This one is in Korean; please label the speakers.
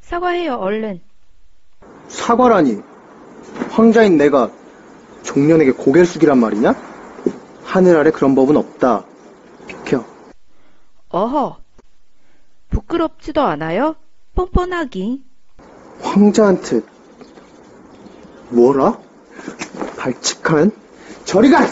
Speaker 1: 사과해요, 얼른.
Speaker 2: 사과라니. 황자인 내가 종년에게 고개를 숙이란 말이냐? 하늘 아래 그런 법은 없다. 비켜.
Speaker 1: 어허. 부끄럽지도 않아요? 뻔뻔하긴.
Speaker 2: 황자한테 뭐라? 발칙한? 저리 가!